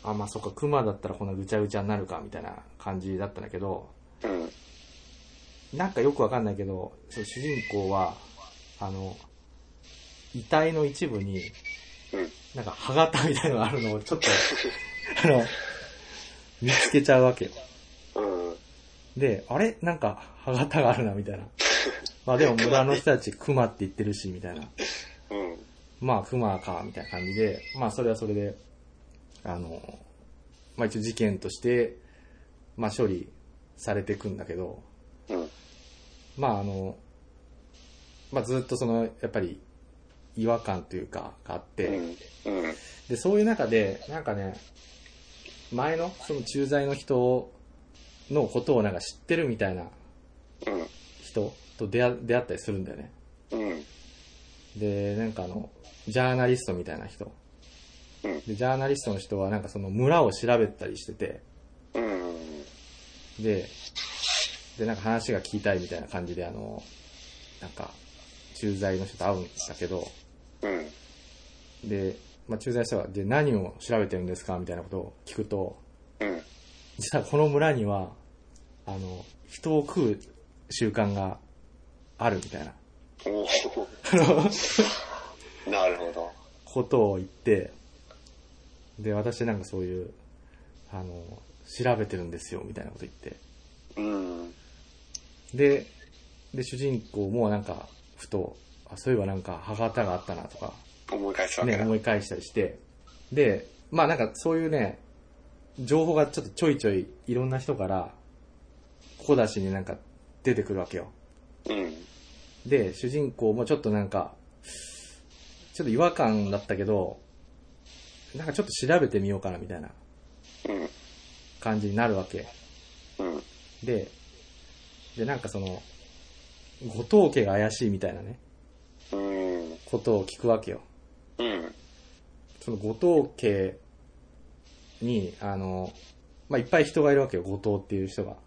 A: あ、まあそっか、熊だったらこんなぐちゃぐちゃになるか、みたいな感じだったんだけど、
B: うん。
A: なんかよくわかんないけど、その主人公は、あの、遺体の一部に、
B: うん。
A: なんか歯型みたいのがあるのをちょっと、あの、見つけちゃうわけよ。
B: うん。
A: で、あれなんか歯型があるな、みたいな。まあでも村の人たち熊って言ってるし、みたいな。
B: うん。
A: まあ熊か、みたいな感じで、まあそれはそれで、あの、まあ一応事件として、まあ処理されていくんだけど、
B: うん。
A: まああの、まあずっとその、やっぱり違和感というか、があって、
B: うん。うん。
A: で、そういう中で、なんかね、前の、その駐在の人のことをなんか知ってるみたいな
B: うん。
A: 人と出会出会ったりするんだよね。
B: うん。
A: で、なんかあの、ジャーナリストみたいな人。
B: うん
A: で、ジャーナリストの人はなんかその村を調べたりしてて、
B: うん。
A: で、で、なんか話が聞きたいみたいな感じで、あの、なんか、駐在の人と会うんだけど、
B: うん。
A: で、まあ、駐在の人は、で、何を調べてるんですかみたいなことを聞くと、
B: うん。
A: 実はこの村には、あの、人を食う習慣があるみたいな、
B: おお
A: あの、
B: なるほど。
A: ことを言って、で、私なんかそういう、あの、調べてるんですよ、みたいなこと言って。
B: うん。
A: で、で、主人公もなんか、ふと、あ、そういえばなんか、歯型があったなとか、
B: 思い返すわけ
A: ね、
B: だ。
A: 思い返したりして、で、まあなんかそういうね、情報がちょっとちょいちょいいろんな人から、小出しになんか出てくるわけよ。
B: うん。
A: で、主人公もちょっとなんか、ちょっと違和感だったけど、なんかちょっと調べてみようかなみたいな
B: うん。
A: 感じになるわけ。
B: うん。
A: で、で、なんかその、後藤家が怪しいみたいなね、
B: うん。
A: ことを聞くわけよ。
B: うん。
A: その後藤家に、あの、まあ、いっぱい人がいるわけよ、後藤っていう人が。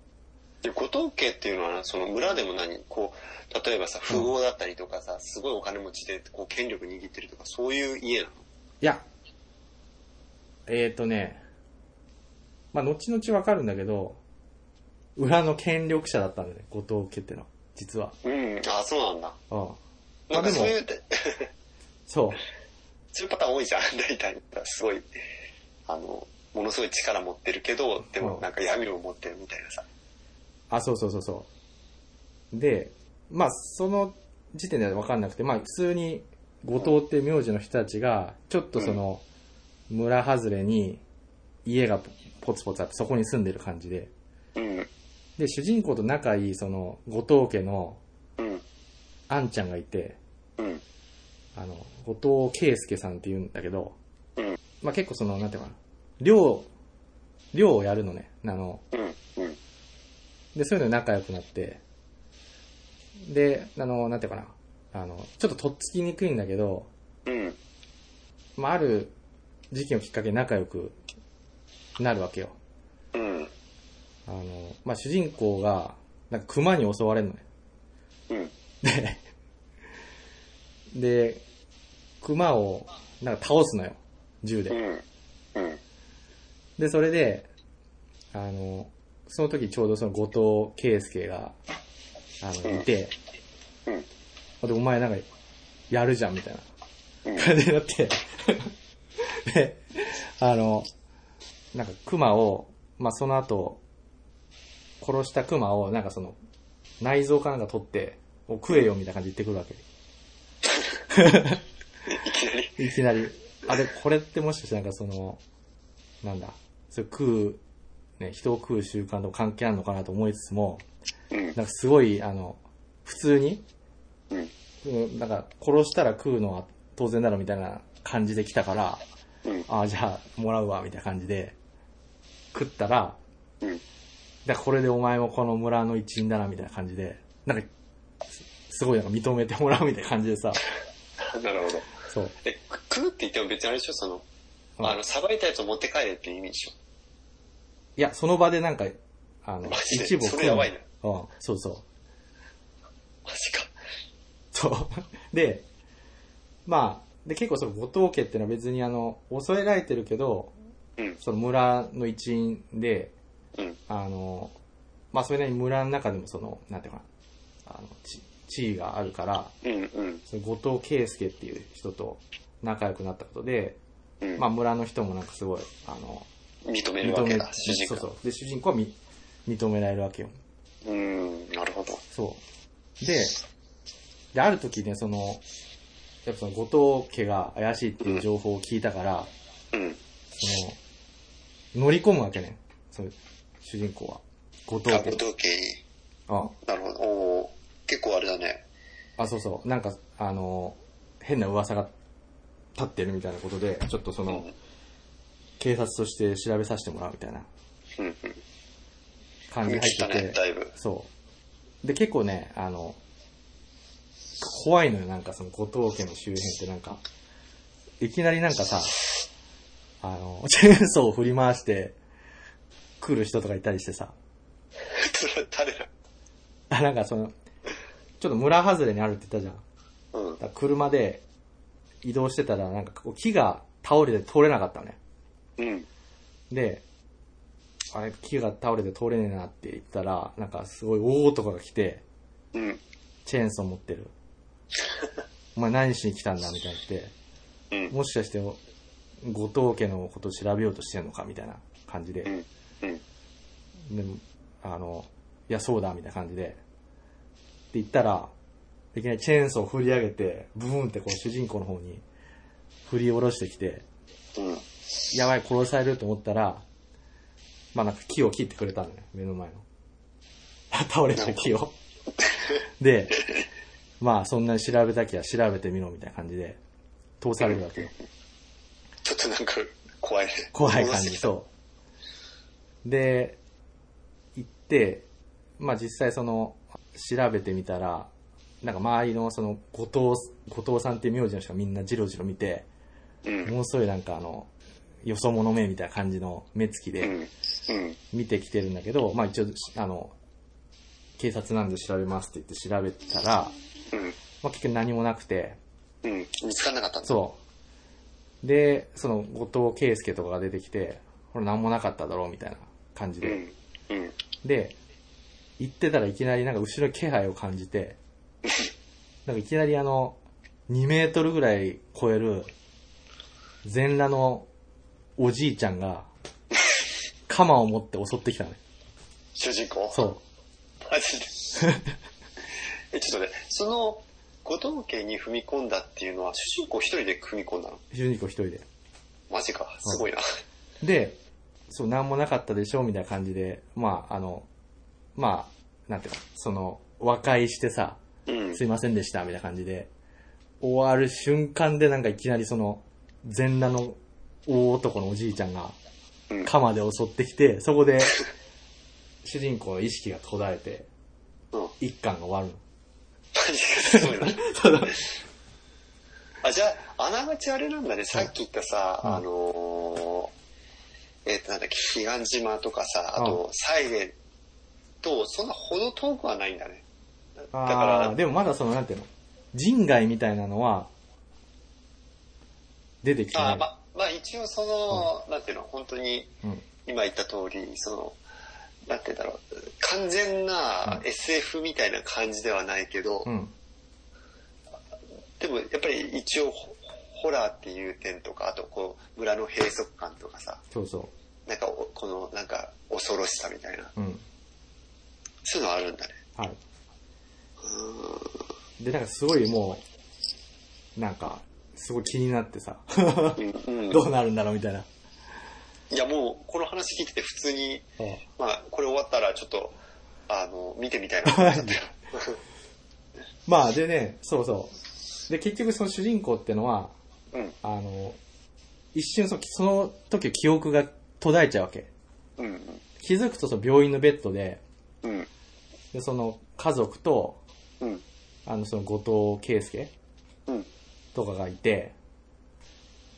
B: で、五島家っていうのは、その村でも何、こう、例えばさ、富豪だったりとかさ、すごいお金持ちで、こう、権力握ってるとか、そういう家なの
A: いや、えっ、ー、とね、まあ、後々わかるんだけど、裏の権力者だったんだね、後藤家ってのは、実は。
B: うん、あ、そうなんだ。
A: うん。ま
B: な
A: あ
B: ん
A: で
B: かそう
A: も
B: い、う、
A: そう。
B: そういうパターン多いじゃん、 大体。すごい、あの、ものすごい力持ってるけど、で
A: う
B: も
A: ん
B: なんか闇を持ってるみたいなさ。
A: あ、そうそうそうそう。で、まあ、その時点では分かんなくて、まあ、普通に、後藤って名字の人たちが、ちょっとその、村外れに、家がポツポツあって、そこに住んでる感じで。
B: うん、
A: で、主人公と仲いい、その、後藤家の、
B: うん、
A: あんちゃんがいて、
B: うん、
A: あの、後藤圭介さんって言うんだけど、
B: うん
A: まあ結構その、なんていうのかな、漁、漁をやるのね。あの、
B: うん、うん、
A: で、そういうので仲良くなって、で、あの、なんていうかな、あの、ちょっととっつきにくいんだけど、
B: うん、
A: まあある事件をきっかけに仲良くなるわけよ。
B: うん、
A: あの、まあ主人公が、なんか熊に襲われるのね。
B: う
A: で、
B: ん、
A: で、熊を、なんか倒すのよ。銃で。
B: うん、うん、
A: で、それで、あの、その時ちょうどその後藤圭介が、あ
B: うん
A: の、いて、
B: うん、
A: あで、お前なんか、やるじゃん、みたい
B: うん
A: な感じになって、 で、あの、なんか熊を、まあ、その後、殺した熊を、なんかその、内臓かなんか取って、お食えよ、みたいな感じで言ってくるわけ。
B: いきなり。
A: いきなり。あ、で、これってもしかしてなんかその、なんだ、それ食う、ね、人を食う習慣と関係あるのかなと思いつつも、
B: うん、
A: なんかすごい、あの、普通に、
B: うん、
A: うん、なんか殺したら食うのは当然だろみたいな感じで来たから、
B: うん、
A: ああ、じゃあもらうわ、みたいな感じで、食ったら、
B: うん、
A: だからこれでお前もこの村の一員だな、みたいな感じで、なんか、すすごいなんか認めてもらうみたいな感じでさ、
B: なるほど。
A: そう。
B: え、く食うって言っても別にあれでしょその、
A: うん
B: あの、さばいたやつを持って帰れっていう意味でしょ
A: いや、その場でなんか、あの、
B: マジで
A: 一部を
B: そ
A: 食
B: れ
A: うの
B: やばいね
A: うん、そうそう。
B: マジか。
A: そう。 で、まあ、で、結構その後藤家ってのは別にあの、恐れられてるけど、
B: うん、
A: その村の一員で、
B: うん、
A: あの、まあそれなりに村の中でもその、なんていうのかな、あの、ち地位があるから、
B: うん、うん、
A: その後藤圭介っていう人と仲良くなったことで、
B: うん。
A: まあ村の人もなんかすごい、あの、
B: 認めるわ
A: 認
B: け
A: め
B: だ、主人
A: そう
B: 公。
A: そう。で、主人公はみ認められるわけよ。
B: うん、なるほど。
A: そう。で、で、ある時ね、その、やっぱその後藤家が怪しいっていう情報を聞いたから、
B: うん。
A: その、乗り込むわけね。その主人公は。後藤
B: あ、
A: 家
B: 後藤家に。
A: あ
B: なるほど。おー結構あれだね。
A: あ、そうそう。なんか、あの、変な噂が立ってるみたいなことで、ちょっとそ
B: うん。
A: の、警察として調べさせてもらうみたいな
B: うん。
A: 感
B: うん。
A: じ
B: 見
A: に
B: 切った
A: 入って
B: ね、
A: て。
B: だいぶ。
A: そう。で、結構ね、あの、怖いのよ、なんかその後藤家の周辺ってなんか、いきなりなんかさ、あの、 チェーンソーを振り回して、来る人とかいたりしてさ、
B: それは誰だ
A: あ、なんかその、ちょっと村外れにあるって言ったじゃん。
B: うん
A: だか。ら車で移動してたら、なんかこう木が倒れて通れなかったのね。
B: うん。
A: で、あれ、木が倒れて通れねえなって言ったら、なんかすごい大男が来て、
B: うん。
A: チェーンソー持って る。お前何しに来たんだみたいに言っ
B: う
A: て、
B: ん。
A: もしかして、後藤家のことを調べようとしてんのかみたいな感じ
B: う
A: で。
B: ん。うん。
A: でもあの、いや、そうだ、みたいな感じで。って言ったら、いきなりチェーンソーを振り上げて、ブーンってこう主人公の方に振り下ろしてきて、
B: うん。
A: やばい、殺されると思ったら、まあなんか木を切ってくれたのね、目の前 の。倒れた木を。で、まあそんなに調べたきゃ調べてみろみたいな感じで、通されるわけよ。
B: ちょっとなんか、怖いね。
A: 怖い感
B: 戻して
A: じ、
B: きた
A: そう。で、行って、まあ実際その、調べてみたら、なんか周りのその、後藤、後藤さんっていう名字の人がみんなジロジロ見て、
B: うん。
A: ものすごいなんかあの、よそ者目みたいな感じの目つき
B: う
A: で
B: ん。うん。
A: 見てきてるんだけど、まあ一応、あの、警察なんで調べますって言って調べたら、
B: うん。
A: まあ、結局何もなくて、
B: うん。見つからなかったんだ。
A: そう。で、その、後藤圭介とかが出てきて、これ何もなかっただろうみたいな感じ
B: う
A: で。
B: ん。うん。
A: で、行ってたらいきなりなんか後ろに気配を感じて、なんかいきなりあの、2メートルぐらい超える、全裸のおじいちゃん が、鎌を持って襲ってきたね。
B: 主人公
A: そう。
B: マジ で。え、ちょっとね、その、五道家に踏み込んだっていうのは、主人公一人で踏み込んだの
A: 主人公一人で。
B: マジか。すご いな。
A: で、そう、なんもなかったでしょ、みたいな感じで、まあ、あの、まあ、なんていうの、その、和解してさ、
B: うん。
A: すいませんでした、みたいな感じで、終わる瞬間でなんかいきなりその、全裸の大男のおじいちゃんが、
B: うん。
A: 鎌で襲ってきて、そこで、主人公の意識が途絶えて、
B: うん。
A: 一巻が終わるの。
B: マジか、すごい な。あ、じゃあ、あながちあれなんだね。さっき言ったさ、
A: うん
B: あのー、えっ、と、なんだっけ、彼岸島とかさ、あ
A: う
B: と、サイレンと、そんなほど遠くはないんだね。だだか
A: あ
B: ら
A: ー、でもまだその、なんていうの、人外みたいなのは、出てきて
B: あ
A: ない。
B: ーま、まあ一応その、なんていうの、本当に、
A: うん
B: 今言った通り、その、なんて言うんだろう、完全な
A: うん
B: SF みたいな感じではないけど、
A: うん。
B: でもやっぱり一応、ホホラーっていう点とか、あとこう、村の閉塞感とかさ、
A: そうそ
B: なんかお、この、なんか、恐ろしさみたいな、
A: う。うん。
B: そういうのはあるんだね。
A: は
B: うー
A: い。で、なんかすごいもう、なんか、すごい気になってさ、
B: んうん
A: どうなるんだろうみたいな。
B: いや、もう、この話聞いてて普通に、まあ、これ終わったらちょっと、あの、見てみたいなと思っちゃったよ。
A: まあ、でね、そうそう。で、結局その主人公ってのは、
B: うん、
A: あの、一瞬そのその時記憶が途絶えちゃうわけ。
B: うん、
A: 気づくとその病院のベッドで、
B: うん、
A: で、その家族と、
B: うん、
A: あの、その後藤圭介
B: うん。
A: とかがいて、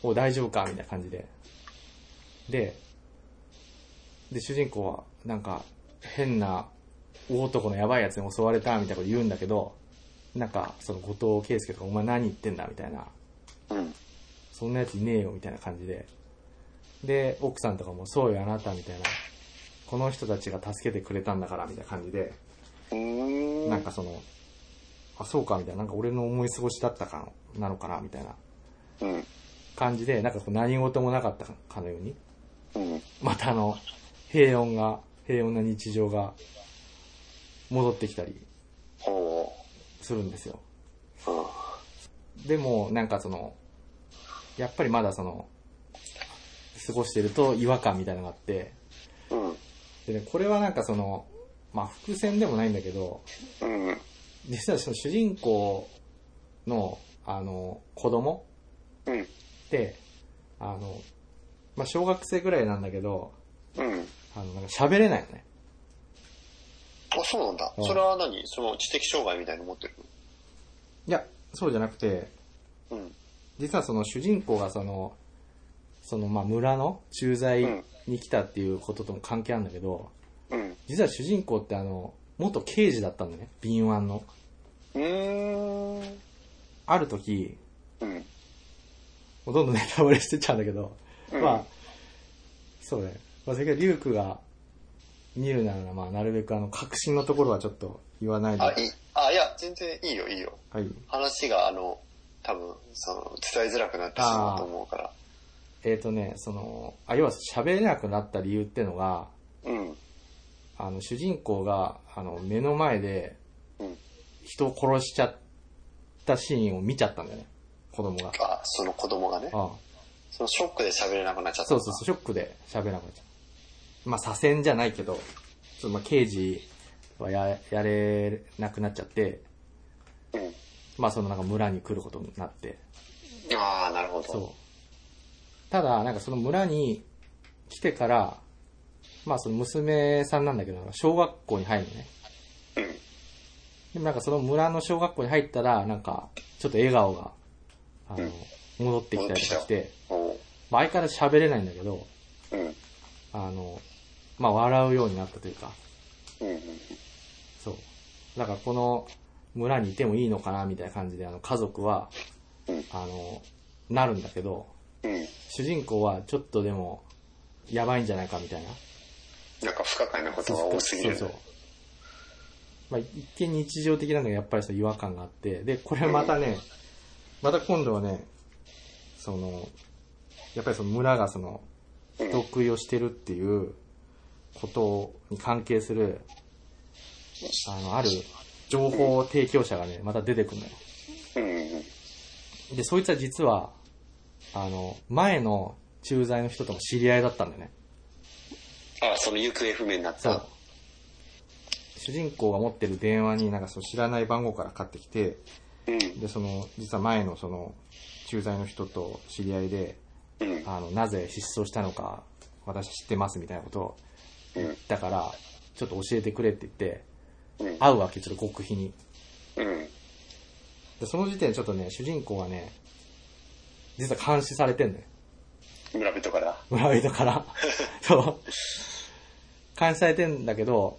A: お、大丈夫かみたいな感じで。で、で、主人公は、なんか、変な、大男のやばいやつに襲われた、みたいなこと言うんだけど、なんか、その、後藤圭介とか、お前何言ってんだみたいな。
B: うん。
A: そんなやついねえよ、みたいな感じで。で、奥さんとかも、そうよ、あなた、みたいな。この人たちが助けてくれたんだから、みたいな感じで。
B: うーん。
A: なんかその、あ、そうか、みたいな。なんか俺の思い過ごしだったかな、なのかな、みたいな。
B: うん。
A: 感じで、なんかこう何事もなかったかのように、
B: うん。
A: またあの、平穏が、平穏な日常が戻ってきたり
B: ほ
A: するんですよ。
B: う。うん。
A: でも、なんかその、やっぱりまだその、過ごしてると違和感みたいなのがあって、
B: うん。
A: でね、これはなんかその、まあ伏線でもないんだけど、
B: うん。
A: 実はその主人公の、あの、子供
B: うん。
A: って、あの、まあ小学生ぐらいなんだけど、
B: うん。
A: あの、なんか喋れないのね。
B: あ、そうなんだ。
A: うん
B: それは何その知的障害みたいに持ってる
A: いや、そうじゃなくて、
B: のうん。
A: 実はその主人公がその、そのまあ村の駐在に来たっていうこととも関係あるんだけど、
B: うん。
A: 実は主人公ってあの、元刑事だったんだね、敏腕の。
B: うーん。
A: ある時、
B: うん。
A: もうどんどんネタバレしてっちゃうんだけど、
B: うん
A: まあ、そうね。まあ、それからリュウクが見るなら、まあ、なるべくあの、確信のところはちょっと言わないで。
B: あ、いい。あ、いや、全然いいよ、いいよ。
A: はい。
B: 話が、あの、多分、その、伝えづらくなってしまうと思うから。
A: えっ、とね、その、あ、要は喋れなくなった理由ってのが、
B: うん。
A: あの、主人公が、あの、目の前で
B: うん。
A: 人を殺しちゃったシーンを見ちゃったんだよね。子供が。
B: あ、その子供がね、
A: ああ
B: そのショックで喋れなくなっちゃった
A: そ
B: の
A: う
B: か。
A: そうそう、ショックで喋らなくなっちゃう。まあ、左遷じゃないけど、ちょっとまあ、刑事はや、やれなくなっちゃって、
B: うん。
A: まあ、そのなんか村に来ることになって。
B: ああ、なるほど。
A: そう。ただ、なんかその村に来てから、まあ、その娘さんなんだけど、小学校に入るのね。
B: う。
A: でもなんかその村の小学校に入ったら、なんか、ちょっと笑顔が、あの、戻ってきたりとかして、
B: ん。おう
A: まあ相変わらず喋れないんだけど、
B: うん。
A: あの、まあ笑うようになったというか、
B: うん。うん。
A: そう。なんかこの村にいてもいいのかなみたいな感じで、あの家族は、あの、なるんだけど、
B: うん。
A: 主人公はちょっとでも、やばいんじゃないかみたいな。
B: なんか不可解なことが多すぎる。
A: そうそう。まあ、一見日常的なのがやっぱりその違和感があって、で、これまたね、また今度はね、その、やっぱりその村がその、
B: うん。
A: 人食いをしてるっていうことに関係する、あの、ある情報提供者がね、また出てくるのよ。
B: うんうん。
A: で、そいつは実は、あの、前の駐在の人とも知り合いだったんだよね。
B: あ、その行方不明になっ
A: そ
B: た。
A: う。主人公が持ってる電話になんかそう知らない番号から買ってきて、
B: うん。
A: で、その、実は前のその、駐在の人と知り合いで、
B: うん。
A: あの、なぜ失踪したのか、私知ってますみたいなことを
B: うん。
A: だから、ちょっと教えてくれって言って、
B: うん。
A: 会うわけ、ちょっと極秘に。
B: うん。
A: で、その時点でちょっとね、主人公はね、実は監視されてんのよ。
B: 村人から。
A: 村人から。そう。監視されてんだけど、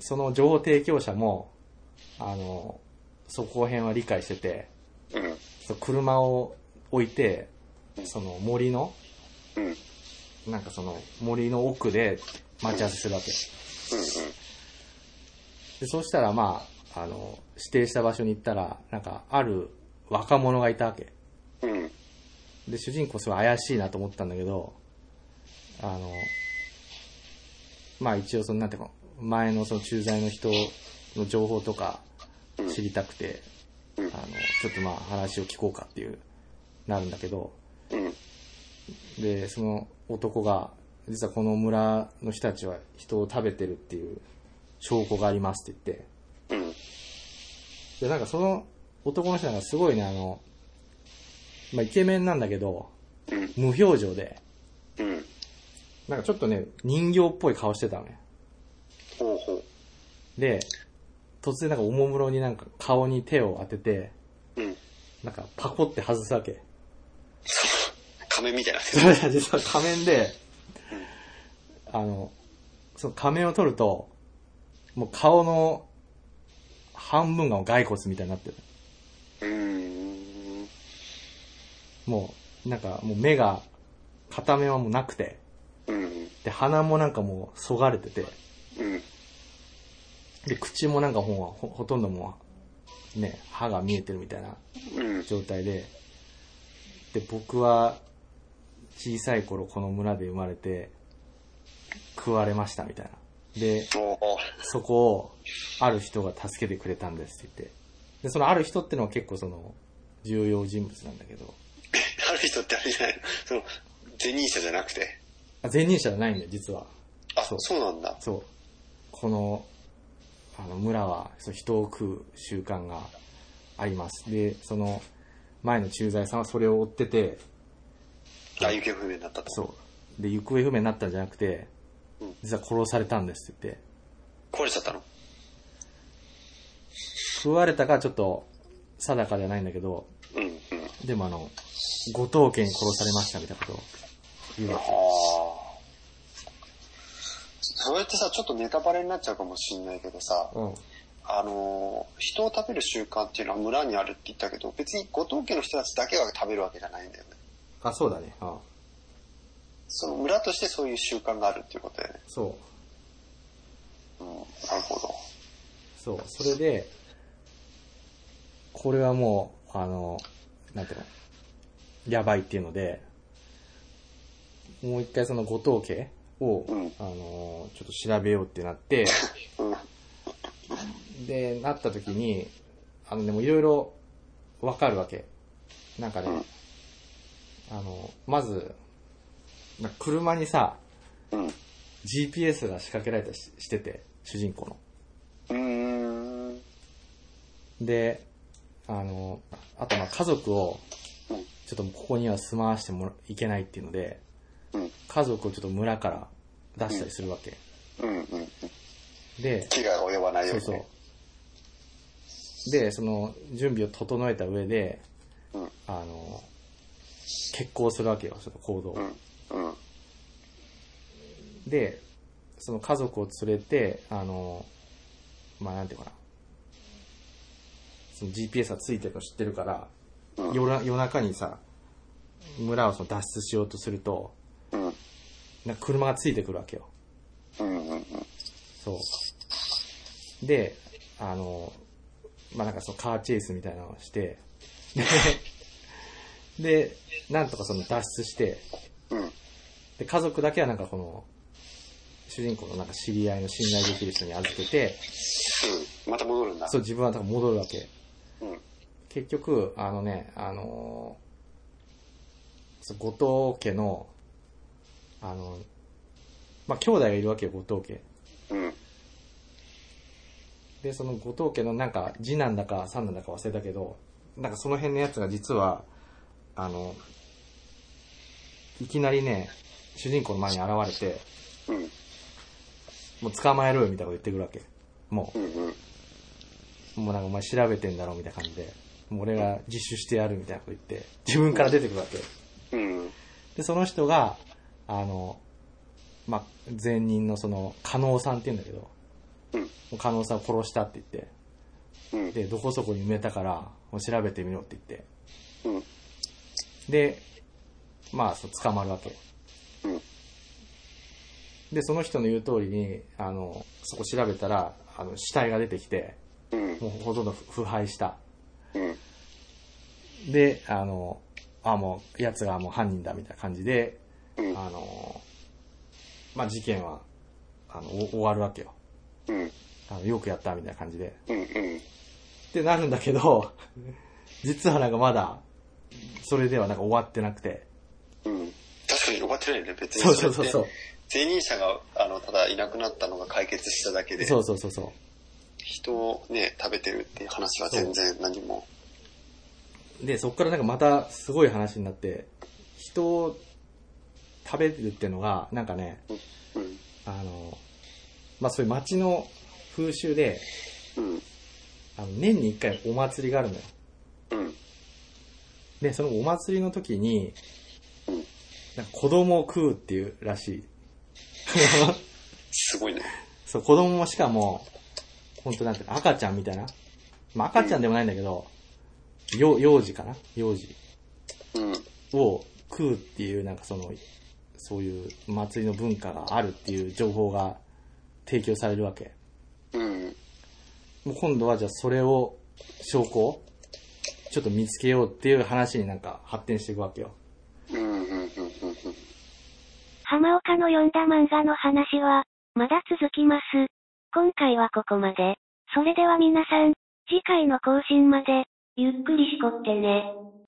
A: その情報提供者も、あの、そこら辺は理解してて、
B: うん。
A: そう車を置いて、その森の、
B: うん。うん。
A: なんかその森の奥で待ち合わせするわけ。で、そうしたらまあ、あの、指定した場所に行ったら、なんかある若者がいたわけ。
B: うん。うん。
A: で、主人公すごい怪しいなと思ったんだけど、あの、まあ一応その、なんていうか、前のその駐在の人の情報とか知りたくて、あ
B: うん
A: の、ちょっとまあ話を聞こうかっていう、なるんだけど、
B: うん。
A: で、その男が、実はこの村の人たちは人を食べてるっていう証拠がありますって言って、
B: うん。
A: で、なんかその男の人なんかすごいね、あの、まあイケメンなんだけど、
B: うん。
A: 無表情で、
B: うん。
A: なんかちょっとね、人形っぽい顔してたのね。
B: ほうほ
A: で、突然なんかおもむろになんか顔に手を当てて、
B: う。うん。
A: なんかパコって外すわけ。
B: 仮面みたいな。
A: それが実は仮面で、あの、その仮面を取ると、もう顔の半分がもう骸骨みたいになってる。
B: うん。
A: もう、なんかもう目が、片目はもうなくて、
B: うん。
A: で、鼻もなんかもうそがれてて、
B: うん。
A: で、口もなんかほんほほとんどもう、ね、歯が見えてるみたいな
B: うん。
A: 状態で、で、僕は小さい頃この村で生まれて食われましたみたいな。で、
B: おお。
A: そこをある人が助けてくれたんですって言って。で、そのある人ってのは結構その重要人物なんだけど、
B: ある人ってあれじゃないのその、前任者じゃなくて。
A: あ前任者じゃないんだよ、実は。
B: あ、
A: そう
B: そうなんだ。
A: そう。この、あの、村は、そう人を食う習慣があります。で、その、前の駐在さんはそれを追ってて、
B: あ、行方不明になったと。
A: そう。で、行方不明になったんじゃなくて
B: うん、
A: 実は殺されたんですって言って、
B: 壊れちゃったの
A: 食われたかちょっと定かじゃないんだけど、
B: うん。うん。
A: でもあの、後藤家に殺されましたみたいなことを言うわ
B: あ
A: け
B: あ。それってさ、ちょっとネタバレになっちゃうかもしんないけどさ、
A: うん。
B: あのー、人を食べる習慣っていうのは村にあるって言ったけど、別にご当家の人たちだけが食べるわけじゃないんだよね。
A: あ、そうだね。あ
B: その村としてそういう習慣があるっていうことだよね。
A: そう。
B: うん、なるほど。
A: そう、それで、これはもう、あの、なんていうの、やばいっていうので、もう一回その後藤家を、
B: うん
A: あの、ちょっと調べようってなって、
B: うん、
A: で、なった時に、あの、でもいろいろわかるわけ。なんかね、あの、まず、なんか車にさ、
B: うん。う
A: GPS が仕掛けられたりししてて、主人公の。
B: ーん、
A: で、あの、あとまあ家族を、
B: うん、
A: ちょっともうここには住まわしてもらいけないっていうので、
B: うん、
A: 家族をちょっと村から出したりするわけ。
B: うん、うん。
A: で、
B: 気が及ばないよう
A: そう
B: に
A: そ
B: ね。
A: う。で、その、準備を整えた上で、
B: うん
A: あの、結婚するわけよ、その行動を。
B: うん、うん、
A: で、その家族を連れて、あの、まあなんていうかな、その GPS がついてるの知ってるから、
B: うん
A: 夜な夜中にさ、村をその脱出しようとすると、
B: うん。
A: なんか車がついてくるわけよ。
B: うんうん
A: そう。で、あの、まあ、なんかそのカーチェイスみたいなのをして、で、でなんとかその脱出して、
B: うん。
A: で、家族だけはなんかこの、主人公のなんか知り合いの信頼できる人に預けて、
B: また戻るんだ。
A: そう自分は多分戻るわけ。
B: うん。
A: 結局、あのね、あのーそう後藤家の、あの、まあ、兄弟がいるわけよ、後藤家。
B: うん。
A: で、その後藤家のなんか、次男だか三男だか忘れたけど、なんかその辺のやつが実は、あの、いきなりね、主人公の前に現れて、
B: うん。
A: もう捕まえろよみたいなこと言ってくるわけ。も
B: うん。うん。
A: う、もうなんかお前調べてんだろみたいな感じで、もう俺が自首してやるみたいなこと言って、自分から出てくるわけ。
B: うん。
A: で、その人が、あの、まあ、前任のその、加納さんって言うんだけど、
B: うん。
A: 加納さんを殺したって言っ
B: うん。
A: て、で、どこそこに埋めたから、もう調べてみろって言って、
B: うん。
A: で、まあ、そう捕まるわけ。
B: うん。
A: で、その人の言う通りに、あの、そこ調べたら、あの、死体が出てきて、
B: うん。
A: もうほとんど腐敗した。
B: うん。
A: で、あの、あ、もう、奴がもう犯人だみたいな感じで、
B: うん。
A: あの、まあ、事件は、あの、お終わるわけよ。
B: うん。
A: あの、よくやったみたいな感じで。
B: うん。うん。
A: ってなるんだけど、 実はなんかまだ、それではなんか終わってなくて。
B: うん。確かに終わってないよね、別に。
A: そうそうそうそう。。
B: 前任者が、あの、ただいなくなったのが解決しただけで、
A: そうそうそうそう。
B: 人をね、食べてるっていう話は全然何も。
A: で、そこからなんかまたすごい話になって、人を食べるっていうのが、なんかね、
B: うん。
A: あの、まあ、そういう街の風習で、
B: うん。
A: あの年に一回お祭りがあるのよ。
B: うん。
A: で、そのお祭りの時に
B: うん、
A: なんか子供を食うっていうらしい。
B: すごいね。
A: そう、子供もしかも、本当なんていうの赤ちゃんみたいな。まあ、赤ちゃんでもないんだけど、幼幼児かな幼児。
B: うん。
A: を食うっていう、なんかその、そういう祭りの文化があるっていう情報が提供されるわけ。
B: うん。
A: もう今度はじゃあそれを、証拠を、ちょっと見つけようっていう話になんか発展していくわけよ。
B: うん。うん。うん。うん。
C: 浜岡の読んだ漫画の話は、まだ続きます。今回はここまで。それでは皆さん、次回の更新まで、ゆっくりしこってね。